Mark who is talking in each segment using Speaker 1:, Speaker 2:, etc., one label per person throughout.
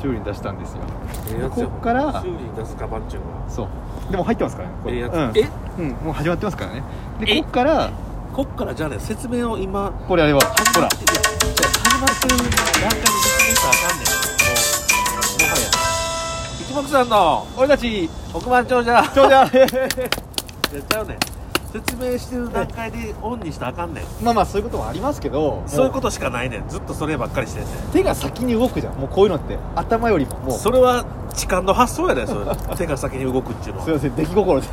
Speaker 1: 修理に出したんですよ
Speaker 2: ええやつ
Speaker 1: こ
Speaker 2: や
Speaker 1: っから
Speaker 2: 修理に出すカバンっちゅうのは
Speaker 1: そうでも入ってますからねこれ
Speaker 2: ええやつ
Speaker 1: うん
Speaker 2: え
Speaker 1: うん、もう始まってますからねで
Speaker 2: え
Speaker 1: こっから
Speaker 2: こっからじゃあね説明を今
Speaker 1: これあれはほら
Speaker 2: いやじゃあ始まってる段階で説明したらあかんねんもうもはや一目散の
Speaker 1: 俺たち
Speaker 2: 億万長者
Speaker 1: 長者
Speaker 2: やっちゃうねん説明してる段階でオンにしたらあかんねん
Speaker 1: まあまあそういうこともありますけど
Speaker 2: そういう
Speaker 1: も
Speaker 2: ことしかないねんずっとそればっかりしてんね
Speaker 1: う手が先に動くじゃんもうこういうのって頭よりもも
Speaker 2: ん
Speaker 1: う
Speaker 2: それは痴漢の発想やでそ れ手が先に動くっちゅうのは
Speaker 1: すいません出来心で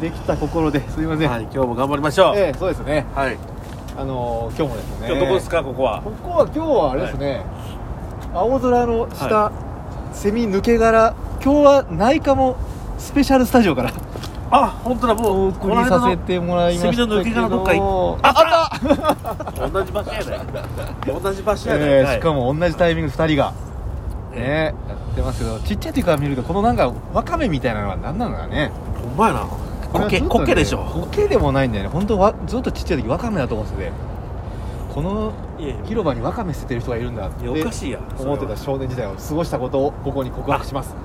Speaker 1: できた心ですいません、
Speaker 2: はい今日も頑張りましょう、
Speaker 1: ええそうですね
Speaker 2: はい
Speaker 1: あのー今日もですね
Speaker 2: 今日どこですかここは
Speaker 1: ここは今日はあれですね、青空の下、セミ抜け殻今日は内科もスペシャルスタジオから
Speaker 2: あ本当だもう
Speaker 1: お送りさせ
Speaker 2: こ
Speaker 1: てもらいましたけど
Speaker 2: セミの抜け殻どっか行
Speaker 1: ああった
Speaker 2: の間の同じ場所やで同じ場所やで、
Speaker 1: え
Speaker 2: は
Speaker 1: ー、
Speaker 2: い
Speaker 1: しかも同じタイミングで2人が、
Speaker 2: え
Speaker 1: ね、やってますけどちっちゃい時から見るとこのなんかわかめみたいなのは何なのかね
Speaker 2: ほんまやな
Speaker 1: こ
Speaker 2: コ
Speaker 1: れはち
Speaker 2: ケ、
Speaker 1: ょっとね
Speaker 2: コケでしょ
Speaker 1: コケでもないんだよね本当わずっとちっちゃい時わかめだと思っててこの
Speaker 2: いやい
Speaker 1: 広場にわかめ捨ててる人がいるんだって
Speaker 2: やおかしいやん
Speaker 1: 思ってた
Speaker 2: そ
Speaker 1: 少年時代を過ごしたことをここに告白します
Speaker 2: れは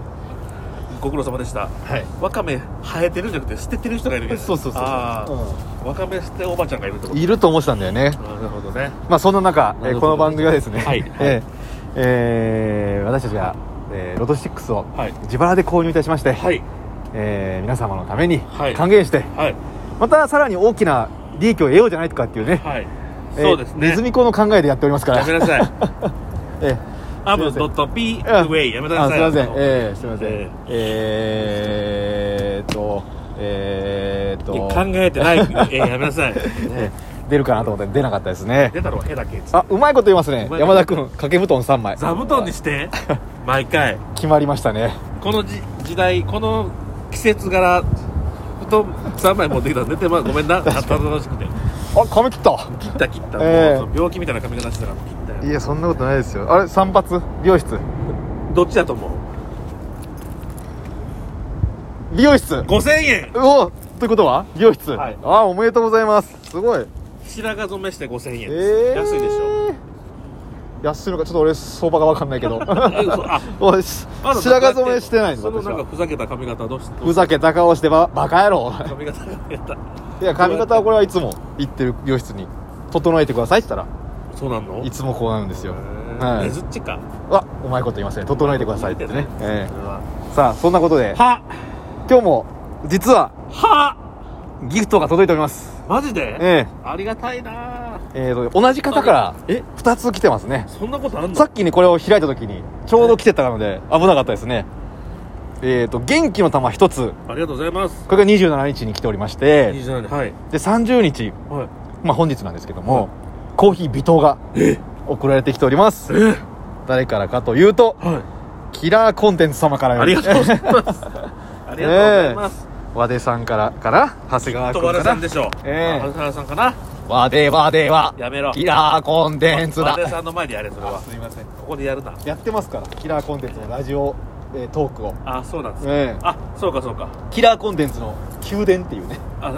Speaker 2: ご苦労様でした
Speaker 1: はい
Speaker 2: わかめ生えてるんじゃなくて捨ててる人がいるんやね
Speaker 1: そうそうそう
Speaker 2: あ
Speaker 1: そう、
Speaker 2: ーわかめ捨ておばちゃんがいるってこ
Speaker 1: うんいると思ってたんだよね
Speaker 2: となるほどね
Speaker 1: まあそんな中、え
Speaker 2: なる
Speaker 1: ー
Speaker 2: ほど
Speaker 1: この番組はですね、
Speaker 2: はい
Speaker 1: えーえー私たちが、えーロト6を
Speaker 2: はい
Speaker 1: 自腹で購入いたしまして、
Speaker 2: はい
Speaker 1: えー皆様のために
Speaker 2: はい
Speaker 1: 還元して、
Speaker 2: はい
Speaker 1: またさらに大きな利益を得ようじゃないかっていうね、
Speaker 2: はい
Speaker 1: えー
Speaker 2: そうですね
Speaker 1: ネズミ子の考えでやっておりますから
Speaker 2: やめな さい
Speaker 1: えー
Speaker 2: アムドットピ
Speaker 1: あ
Speaker 2: ーウェイやめな
Speaker 1: あ
Speaker 2: さ
Speaker 1: す
Speaker 2: い
Speaker 1: いません
Speaker 2: あの
Speaker 1: えー、すいません
Speaker 2: えー
Speaker 1: えー、っとえー、っと
Speaker 2: 考えてない、えーやめなさい、
Speaker 1: えー出るかなと思って出なかったですね
Speaker 2: 出たのはへだけ
Speaker 1: あうまいこと言いますね
Speaker 2: うまいこと
Speaker 1: 山田君掛け布団3枚
Speaker 2: 座布団にして毎回
Speaker 1: 決まりましたね
Speaker 2: このじ時代この季節柄布団3枚持ってきたら寝てまごめんなたた楽しくて
Speaker 1: あ髪切った
Speaker 2: 切った切った、
Speaker 1: ええ
Speaker 2: もう病気みたいな髪型してたから切ったよ
Speaker 1: いやそんなことないですよあれ散髪美容室
Speaker 2: どっちだと思う
Speaker 1: 美容室
Speaker 2: 5000円
Speaker 1: うおということは美容室、
Speaker 2: はい
Speaker 1: あおめでとうございますすごい
Speaker 2: 白髪染めして5000円
Speaker 1: え
Speaker 2: です、安いでしょ
Speaker 1: 安いのかちょっと俺相場が分かんないけ ど
Speaker 2: え嘘あ
Speaker 1: おいし
Speaker 2: まだ
Speaker 1: 白髪染めしてないの
Speaker 2: その
Speaker 1: 私
Speaker 2: なんか
Speaker 1: は
Speaker 2: ふざけた髪型はどうして
Speaker 1: ふざけた顔してばバカ野郎
Speaker 2: 髪型がやった
Speaker 1: いや髪型はこれはいつも行ってる美容室に整えてくださいって言った
Speaker 2: そうなん
Speaker 1: ら
Speaker 2: の
Speaker 1: いつもこうなるんですよ
Speaker 2: は、
Speaker 1: はいい
Speaker 2: ねずっちか
Speaker 1: あうまいこと言いますね整えてくださいってね、え
Speaker 2: は
Speaker 1: えさあそんなことで
Speaker 2: は
Speaker 1: 今日も実は
Speaker 2: は
Speaker 1: ギフトが届いております
Speaker 2: マジで、
Speaker 1: え
Speaker 2: ありがたいな
Speaker 1: ええーと同じ方から
Speaker 2: え
Speaker 1: 2つ来てますね
Speaker 2: そんなことあんの
Speaker 1: さっきねこれを開いた時にちょうど来てたので危なかったですねえー、と元気の玉1つ
Speaker 2: ありがとうございます
Speaker 1: これが27日に来ておりまして
Speaker 2: 27年はい
Speaker 1: で30日、
Speaker 2: はい
Speaker 1: まあ、本日なんですけども、コーヒー微糖が送られてきております
Speaker 2: え
Speaker 1: 誰からかというと
Speaker 2: は
Speaker 1: キラーコンテンツ様から
Speaker 2: いありがとうございますありがとうございます、
Speaker 1: 和出さんからから長谷川
Speaker 2: と
Speaker 1: 君
Speaker 2: 和田
Speaker 1: か
Speaker 2: さ
Speaker 1: ら
Speaker 2: んでしょう、
Speaker 1: ええ
Speaker 2: あ和田さんかな
Speaker 1: 和出和出は
Speaker 2: やめろ
Speaker 1: キラーコンテンツだ
Speaker 2: 和田さんの前でやれそれは
Speaker 1: あすいません
Speaker 2: ここでやるな
Speaker 1: やってますからキラーコンテンツのラジオ、えートークを、
Speaker 2: あそうなんですね
Speaker 1: ええ
Speaker 2: あそうかそうか
Speaker 1: キラーコンテンツの宮殿っていうね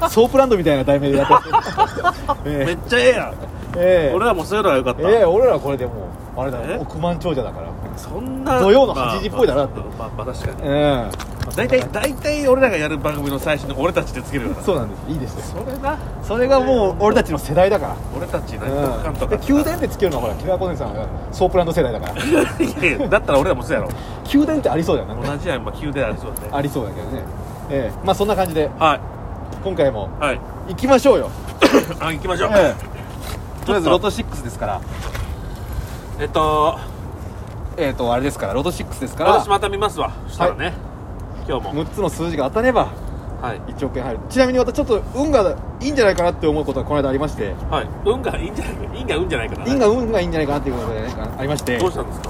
Speaker 2: あ
Speaker 1: ソープランドみたいな題名でやって ます、え
Speaker 2: め
Speaker 1: え
Speaker 2: っちゃええやん
Speaker 1: ええ
Speaker 2: 俺らもそういうのがよかった、
Speaker 1: ええ俺らはこれでもうあれだ
Speaker 2: え
Speaker 1: よ億万長者だから
Speaker 2: そんな
Speaker 1: 土曜の8時っぽいだな
Speaker 2: まあまあまあまあ確かに
Speaker 1: え
Speaker 2: 大体大体俺らがやる番組の最初に俺たちでつけるよう
Speaker 1: え
Speaker 2: な
Speaker 1: そうなんですいいですよ
Speaker 2: それな
Speaker 1: それがもう俺たちの世代だから
Speaker 2: 俺たち何とかか
Speaker 1: うんん、
Speaker 2: とか
Speaker 1: で宮殿ってつけるのはほらキラーコンテンツさんがソープランド世代だから
Speaker 2: いやいやだったら俺らもそうやろ
Speaker 1: 宮殿ってありそうだよなんか
Speaker 2: 同じやんまあ急でありそうで
Speaker 1: ありそうだけどねええまあそんな感じで
Speaker 2: は
Speaker 1: 今回も
Speaker 2: いはい
Speaker 1: 行きましょうよ、
Speaker 2: あ行きましょう、
Speaker 1: ええ、
Speaker 2: ち
Speaker 1: とりあ
Speaker 2: ょ
Speaker 1: え
Speaker 2: っ
Speaker 1: ずロ
Speaker 2: と
Speaker 1: ト6ですから
Speaker 2: えっと
Speaker 1: えっ、とあれですからロト6ですから
Speaker 2: 私また見ますわそしたらね、今日も
Speaker 1: 6つの数字が当たれば
Speaker 2: はい
Speaker 1: 1億円入るちなみにまたちょっと運がいいんじゃないかなって思うことがこの間ありまして
Speaker 2: はい運がいいんじゃないか運が運じゃないかな
Speaker 1: 運が運がいいんじゃないかなっていうことが、ね、ありまして
Speaker 2: どうしたんですか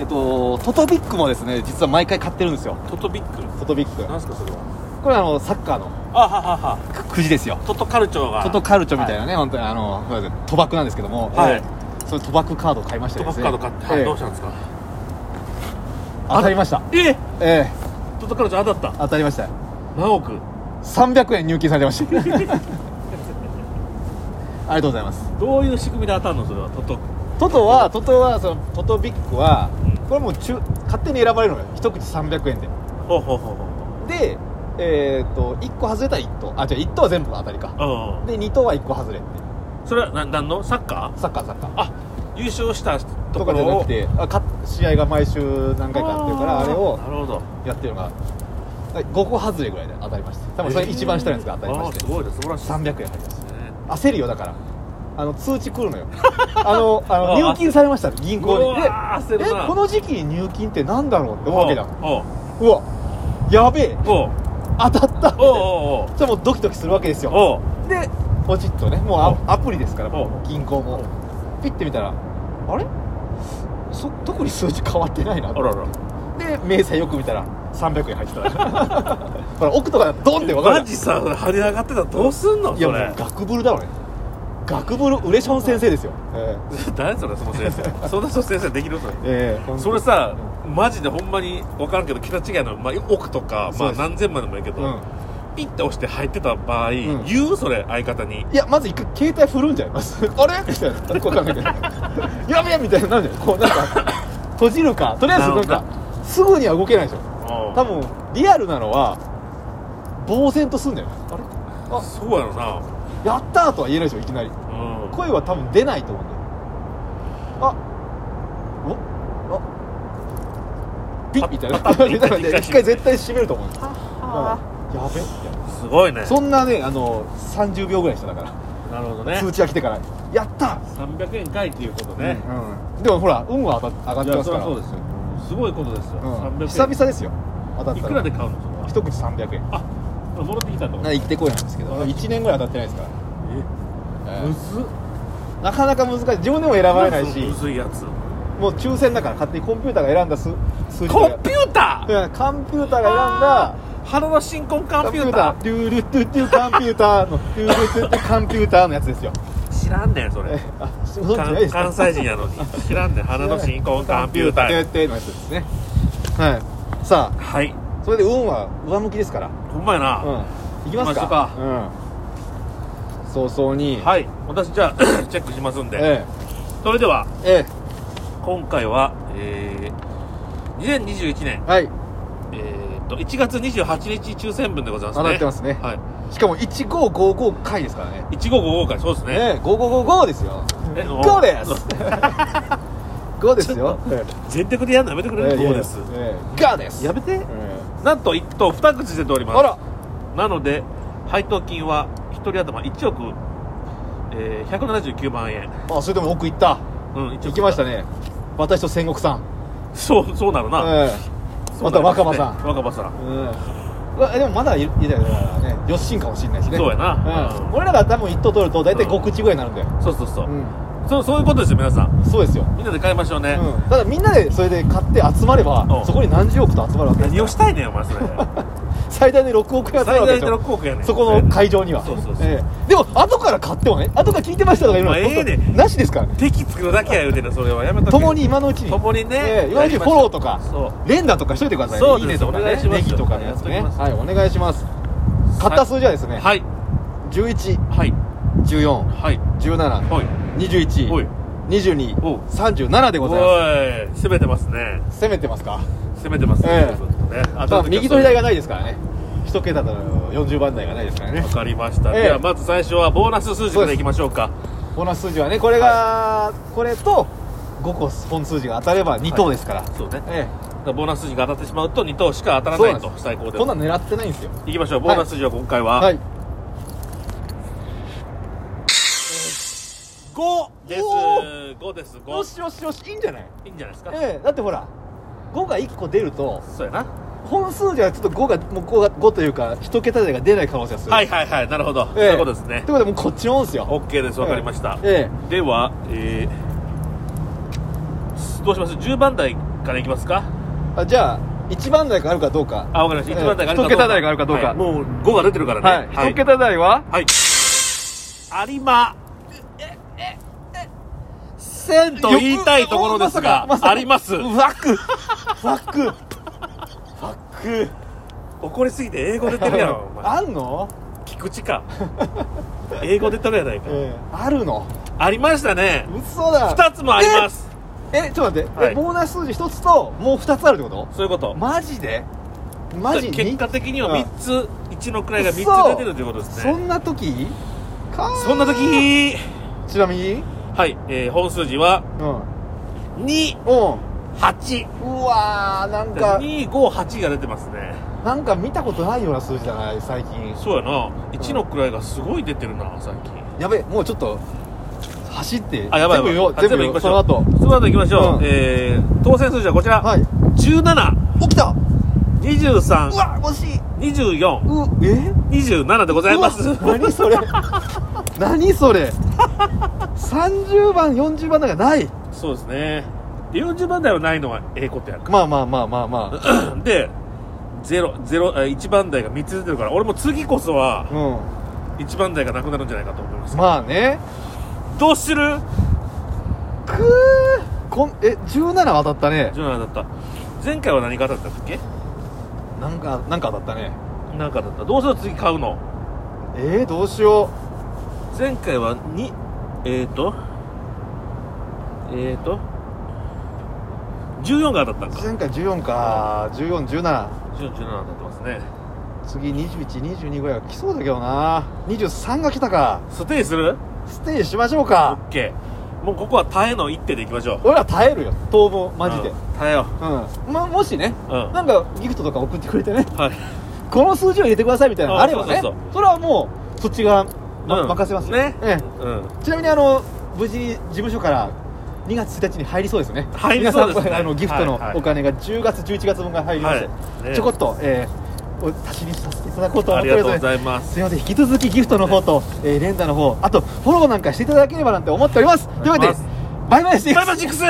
Speaker 1: えっとトトビックもですね実は毎回買ってるんですよ
Speaker 2: トトビック
Speaker 1: トトビック
Speaker 2: なんすかそれは
Speaker 1: これあのサッカーの
Speaker 2: あははは
Speaker 1: くくじですよ
Speaker 2: トトカルチョーが
Speaker 1: トトカルチョみたいなね、本当にあのそうです賭博なんですけども、
Speaker 2: はい
Speaker 1: ええその賭博カードを買いまして
Speaker 2: ト
Speaker 1: で
Speaker 2: ト
Speaker 1: す
Speaker 2: カ
Speaker 1: ね
Speaker 2: ルチョー買って、はい、
Speaker 1: ええ
Speaker 2: どうしたんですか
Speaker 1: 当たりました
Speaker 2: ええ
Speaker 1: ええ
Speaker 2: トトカルチョー当たった
Speaker 1: 当たりました
Speaker 2: 何億
Speaker 1: 300円入金されてま したありがとうございます
Speaker 2: どういう仕組みで当たるのそれはトト
Speaker 1: トトはトトはそのトトビックはこれもう中勝手に選ばれるのよ一口300円で
Speaker 2: ほうほうほうほう
Speaker 1: でえっと1個外れたら1等あじゃあ1等は全部が当たりか
Speaker 2: あ
Speaker 1: で2等は1個外れって
Speaker 2: あそれはな何のサッカ
Speaker 1: サッカーサッカー
Speaker 2: ーあ優勝したと
Speaker 1: と
Speaker 2: こ
Speaker 1: かじ
Speaker 2: ろ
Speaker 1: ゃな
Speaker 2: を
Speaker 1: くてあか試合が毎週何回かあってるからあれを
Speaker 2: なるほど
Speaker 1: やってるのが5個外れぐらいで当たりました多分それ一番下のやつが当たりまし
Speaker 2: ああす
Speaker 1: て
Speaker 2: ごいです素晴らしいで
Speaker 1: 300
Speaker 2: すね
Speaker 1: 円入りました焦るよだからあの通知来る のよあのあの
Speaker 2: あ
Speaker 1: 入金されました銀行
Speaker 2: う
Speaker 1: にで
Speaker 2: わー焦るな
Speaker 1: えこの時期に入金って何だろうって思うわけだ
Speaker 2: おう
Speaker 1: うわやべえ
Speaker 2: おう
Speaker 1: 当たったみたいな
Speaker 2: おうおう
Speaker 1: そしたらもうドキドキするわけですよ
Speaker 2: おうおう
Speaker 1: でポチッとねもうアアプリですから
Speaker 2: おう
Speaker 1: もう銀行もピッて見たらあれそ特に数字変わってないな
Speaker 2: あらら
Speaker 1: で明細よく見たら300円入ってた ほら奥とかだとドンって分かる
Speaker 2: マジさ跳ね上がってたらどうすんの
Speaker 1: いや
Speaker 2: そ
Speaker 1: も
Speaker 2: れ
Speaker 1: う学ブルだろうね学ブルウレション先生ですよえ
Speaker 2: 誰それその先生そんな人先生できるそれ
Speaker 1: えええ
Speaker 2: それさマジでほんまに分からんけど桁違いの、まあ、億とか、
Speaker 1: そ
Speaker 2: ま
Speaker 1: う
Speaker 2: あ、
Speaker 1: です
Speaker 2: 何千万でもいいけど、
Speaker 1: うん
Speaker 2: ピッて押して入ってた場合、
Speaker 1: ん
Speaker 2: 言うそれ相方に
Speaker 1: いやまず一回携帯振るんじゃないます あれみたいなこうかんないけどやべえみたいになるんじゃないこうなんか閉じるかとりあえずなん
Speaker 2: なる
Speaker 1: か
Speaker 2: ほ
Speaker 1: すぐには動けないでしょ多
Speaker 2: 多
Speaker 1: 分リアルなのは呆然とすんだよねあれあ
Speaker 2: そうやろな
Speaker 1: やったーとは言えないでしょいきなり
Speaker 2: うん
Speaker 1: 声は多分出ないと思うんだよあおあピッみたいな
Speaker 2: パッ
Speaker 1: みたいな
Speaker 2: 一回閉めて
Speaker 1: 一回絶対閉めると思うんですよ
Speaker 2: は
Speaker 1: うんやべえみたいな
Speaker 2: すごいね
Speaker 1: そんなねあの30秒ぐらいでしただか
Speaker 2: なるほど
Speaker 1: ら
Speaker 2: ね
Speaker 1: 通知が来てからやった
Speaker 2: 300円かいっていうこと
Speaker 1: ー
Speaker 2: ね、
Speaker 1: うんでもほら運は上が上がって
Speaker 2: い
Speaker 1: ま
Speaker 2: や
Speaker 1: す
Speaker 2: そ
Speaker 1: か
Speaker 2: り
Speaker 1: ら
Speaker 2: ゃそうですよすごいことですよ、
Speaker 1: うん
Speaker 2: 300円
Speaker 1: 久々ですよ当たっ
Speaker 2: い
Speaker 1: た
Speaker 2: くら
Speaker 1: ら
Speaker 2: で買うのそれは
Speaker 1: 一口300円
Speaker 2: 戻ってきたと
Speaker 1: な行ってこいなんですけど
Speaker 2: うん
Speaker 1: 1年ぐらい当たってないですか
Speaker 2: え
Speaker 1: ら、え
Speaker 2: むずっ
Speaker 1: ーなかなか難しい自分でも選ばれないし
Speaker 2: むずいやつ
Speaker 1: もう抽選だから勝手にコンピューターが選んだ数数字とか
Speaker 2: コンピューター
Speaker 1: うんコンピューターが
Speaker 2: 花の新婚コ
Speaker 1: 選んだ
Speaker 2: ンピュータ
Speaker 1: ールルトゥトゥコンピューターのルルトゥトゥコンピューターのやつですよ
Speaker 2: ー知らんねんそれ
Speaker 1: えあご存知ない
Speaker 2: 関
Speaker 1: ですか
Speaker 2: 関西人やのに知らんねん花の新婚コンピューター
Speaker 1: トゥトゥのやつですねはいさ
Speaker 2: はい
Speaker 1: あそれで運は上向きですから
Speaker 2: ほんまや
Speaker 1: うん
Speaker 2: な、
Speaker 1: 行きます
Speaker 2: 行きましょう
Speaker 1: かうん早々に
Speaker 2: はい私じゃあ チェックしますんで、
Speaker 1: え
Speaker 2: それでは
Speaker 1: ええ
Speaker 2: 今回はえー、2021年
Speaker 1: えはい
Speaker 2: えー、と1月28日抽選分でございますね
Speaker 1: 当たってますね
Speaker 2: はい
Speaker 1: しかも1555回ですからね
Speaker 2: 1555回そうですね
Speaker 1: ええ5555ですよ
Speaker 2: えもう
Speaker 1: 5です 5ですよ
Speaker 2: 全力でやるのやめてくれる、そうです、
Speaker 1: ガーです
Speaker 2: やめて
Speaker 1: ええ
Speaker 2: なんと1等2口出ております
Speaker 1: あら
Speaker 2: なので配当金は1人頭1億、えー、179万円
Speaker 1: あそれでも奥行った
Speaker 2: うん1億
Speaker 1: 行きましたね私と戦国さん
Speaker 2: そうそうなるな、
Speaker 1: え
Speaker 2: そ
Speaker 1: ま
Speaker 2: うな
Speaker 1: た
Speaker 2: る
Speaker 1: 若葉さん
Speaker 2: 若葉さん
Speaker 1: えうわでもまだいるいるからねよっしんかもしれないしね
Speaker 2: そうやな
Speaker 1: うん俺らが多分一等取ると大体5口ぐらいになるんだよ
Speaker 2: そうそうそう、
Speaker 1: うん
Speaker 2: そうそういうことですよ皆さん
Speaker 1: そうですよ
Speaker 2: みんなで買いましょうね、
Speaker 1: うんただみんなでそれで買って集まれば
Speaker 2: うん
Speaker 1: そこに何十億と集まるわけです
Speaker 2: 何をしたいねんお前 それ
Speaker 1: 最大で6億円集ま
Speaker 2: 最
Speaker 1: るわけ
Speaker 2: 大
Speaker 1: でし
Speaker 2: で
Speaker 1: ょ
Speaker 2: 6億やねん
Speaker 1: そこの会場には
Speaker 2: そうそうそう
Speaker 1: ええでも後から買ってもね後から聞いてましたとかいうのは
Speaker 2: まあええね
Speaker 1: 本当なしですからね
Speaker 2: 敵作るだけや言うてんのそれはやめとけ
Speaker 1: 共に今のうちに
Speaker 2: 共にね、
Speaker 1: ええいわゆるフォローとか
Speaker 2: そう
Speaker 1: 連打とかしといてください、
Speaker 2: そう
Speaker 1: い
Speaker 2: で
Speaker 1: い
Speaker 2: す
Speaker 1: ねとか
Speaker 2: お願
Speaker 1: ね
Speaker 2: いしま
Speaker 1: ネ
Speaker 2: す
Speaker 1: ギとかのやつね
Speaker 2: やっときます
Speaker 1: はいお願いします買った数字はですね、
Speaker 2: はい
Speaker 1: 11、
Speaker 2: はい
Speaker 1: 14、
Speaker 2: はい
Speaker 1: 17、
Speaker 2: はいおい
Speaker 1: 21、22、
Speaker 2: おい
Speaker 1: 37でございま
Speaker 2: おい攻めてますね
Speaker 1: す攻めてますか
Speaker 2: 攻めてますね、
Speaker 1: ええ
Speaker 2: そういうことね
Speaker 1: ただ右と左
Speaker 2: が
Speaker 1: がないですからね一桁だと40番台がないですからね
Speaker 2: 分かりました、
Speaker 1: ええ
Speaker 2: ではまず最初はボーナス数字からいきましょうか
Speaker 1: この数字はねこれが、これと5個本数字が当たれば2等ですから、
Speaker 2: そうね
Speaker 1: え
Speaker 2: だからボーナス数字が当たってしまうと2等しか当たらない
Speaker 1: そう
Speaker 2: と
Speaker 1: なん
Speaker 2: 最高
Speaker 1: え
Speaker 2: で
Speaker 1: こんなん狙ってないんですよ
Speaker 2: いきましょうボーナス数字は今回は、
Speaker 1: はい
Speaker 2: 5です
Speaker 1: お
Speaker 2: 5です
Speaker 1: よ
Speaker 2: 5
Speaker 1: しよしよしいいんじゃない
Speaker 2: いいんじゃないですか、
Speaker 1: ええだってほら5が1個出ると
Speaker 2: そうやな
Speaker 1: 本数じゃちょっと5がもう 5, が5というか1桁台が出ない可能性がする
Speaker 2: はいいはいはいなるほど、
Speaker 1: ええ
Speaker 2: そういうことです
Speaker 1: とい
Speaker 2: ね
Speaker 1: うことでもうこっちのもんですよ
Speaker 2: OK です分かりました、
Speaker 1: え
Speaker 2: ではえー、どうします10番台からいきますか
Speaker 1: えあじゃあ1番台があるかどうか
Speaker 2: あ、わかりました。
Speaker 1: ええ
Speaker 2: 一番台があるかど
Speaker 1: 一桁台があるかどう
Speaker 2: うか。
Speaker 1: か
Speaker 2: はいもう5が出てるから
Speaker 1: はい
Speaker 2: ね。
Speaker 1: 1桁台は
Speaker 2: はい。有馬。え、え、え、千と言いたいところですが、
Speaker 1: まさかまさか
Speaker 2: あります。
Speaker 1: ファックファックファック
Speaker 2: 怒りすぎて英語出てるやん。 お前
Speaker 1: あんの
Speaker 2: 菊池か。英語出てるやないか。
Speaker 1: ええあるの
Speaker 2: ありましたね
Speaker 1: 嘘だ
Speaker 2: 2つもあります
Speaker 1: えちょっと待って、え
Speaker 2: はい
Speaker 1: ボーナス数字1つともう2つあるってこと
Speaker 2: そういうこと
Speaker 1: マジでマジに
Speaker 2: 結果的には3つ、一の位が3
Speaker 1: 嘘
Speaker 2: つ出てるということです
Speaker 1: そ
Speaker 2: ね
Speaker 1: んな時かー
Speaker 2: そんな時
Speaker 1: ちなみに
Speaker 2: はい、えー本数字は
Speaker 1: うん
Speaker 2: 2
Speaker 1: うん
Speaker 2: 8
Speaker 1: うわーなんか
Speaker 2: 258が出てますね
Speaker 1: なんか見たことないような数字だな最近
Speaker 2: そうやな一の位がすごい出てるな最近
Speaker 1: やべえもうちょっと走って
Speaker 2: あやばい
Speaker 1: 全部言おう
Speaker 2: やばい
Speaker 1: 全部
Speaker 2: あ
Speaker 1: 言お
Speaker 2: 行
Speaker 1: う
Speaker 2: きま
Speaker 1: そ
Speaker 2: しょ
Speaker 1: の後
Speaker 2: うその後行きましょう、
Speaker 1: うん
Speaker 2: えー当選数字はこちら、
Speaker 1: はい
Speaker 2: 17
Speaker 1: 起きたう
Speaker 2: 23
Speaker 1: わ惜しいう
Speaker 2: 24
Speaker 1: え
Speaker 2: 27でございます
Speaker 1: うわ何それ 何それ30番40番なんかない
Speaker 2: そうですねで40番台はないのはええことやんか
Speaker 1: まあまあまあまあま
Speaker 2: で0ゼロあ1番台が3つ出てるから俺も次こそは
Speaker 1: あう
Speaker 2: 1番台がなくなるんじゃないかと思います、
Speaker 1: んまあね
Speaker 2: どうする
Speaker 1: くーこんえ17当たったね
Speaker 2: 17だった前回は何か当たったっけ
Speaker 1: なんかなんか当たったね
Speaker 2: 何か当たったどうする次買うの
Speaker 1: えー、どうしよ
Speaker 2: 前回は2えっ、ー、とえっ、ー、と14が当たったん
Speaker 1: う
Speaker 2: か
Speaker 1: 前回14か1417
Speaker 2: 1417当たってますね
Speaker 1: 次2122ぐらいが来そうだけどな23が来たか
Speaker 2: ステイする
Speaker 1: ステイしましょうか
Speaker 2: ?OK もうここは耐えの一手でいきましょう
Speaker 1: 俺ら耐えるよ当分マジで
Speaker 2: う
Speaker 1: うん
Speaker 2: 耐えよ
Speaker 1: ん、ま、もしね
Speaker 2: ううん
Speaker 1: なんかギフトとか送ってくれてね
Speaker 2: はい
Speaker 1: この数字を入れてくださいみたいなの
Speaker 2: あ
Speaker 1: あればね
Speaker 2: そ
Speaker 1: そう
Speaker 2: そう
Speaker 1: れはもうそっち側、ま
Speaker 2: うん
Speaker 1: 任せますよ
Speaker 2: ね
Speaker 1: え
Speaker 2: うん
Speaker 1: えちなみにあの無事に事務所から2月1日に入りそうですね
Speaker 2: 入りそうですね
Speaker 1: 皆さんあのギフトの
Speaker 2: はいはい
Speaker 1: お金が10月11月分が入ります、
Speaker 2: はいね
Speaker 1: ちょこっと、えーお足しにさせていただこうと
Speaker 2: あ
Speaker 1: 思っ
Speaker 2: り
Speaker 1: て
Speaker 2: が
Speaker 1: お
Speaker 2: と
Speaker 1: り
Speaker 2: う
Speaker 1: ます
Speaker 2: ございます
Speaker 1: すいません引き続きギフトの方と、えー連打の方あとフォローなんかしていただければなんて思っておりますというわけ
Speaker 2: お願い
Speaker 1: で
Speaker 2: し
Speaker 1: バイバイして
Speaker 2: バイバイシックス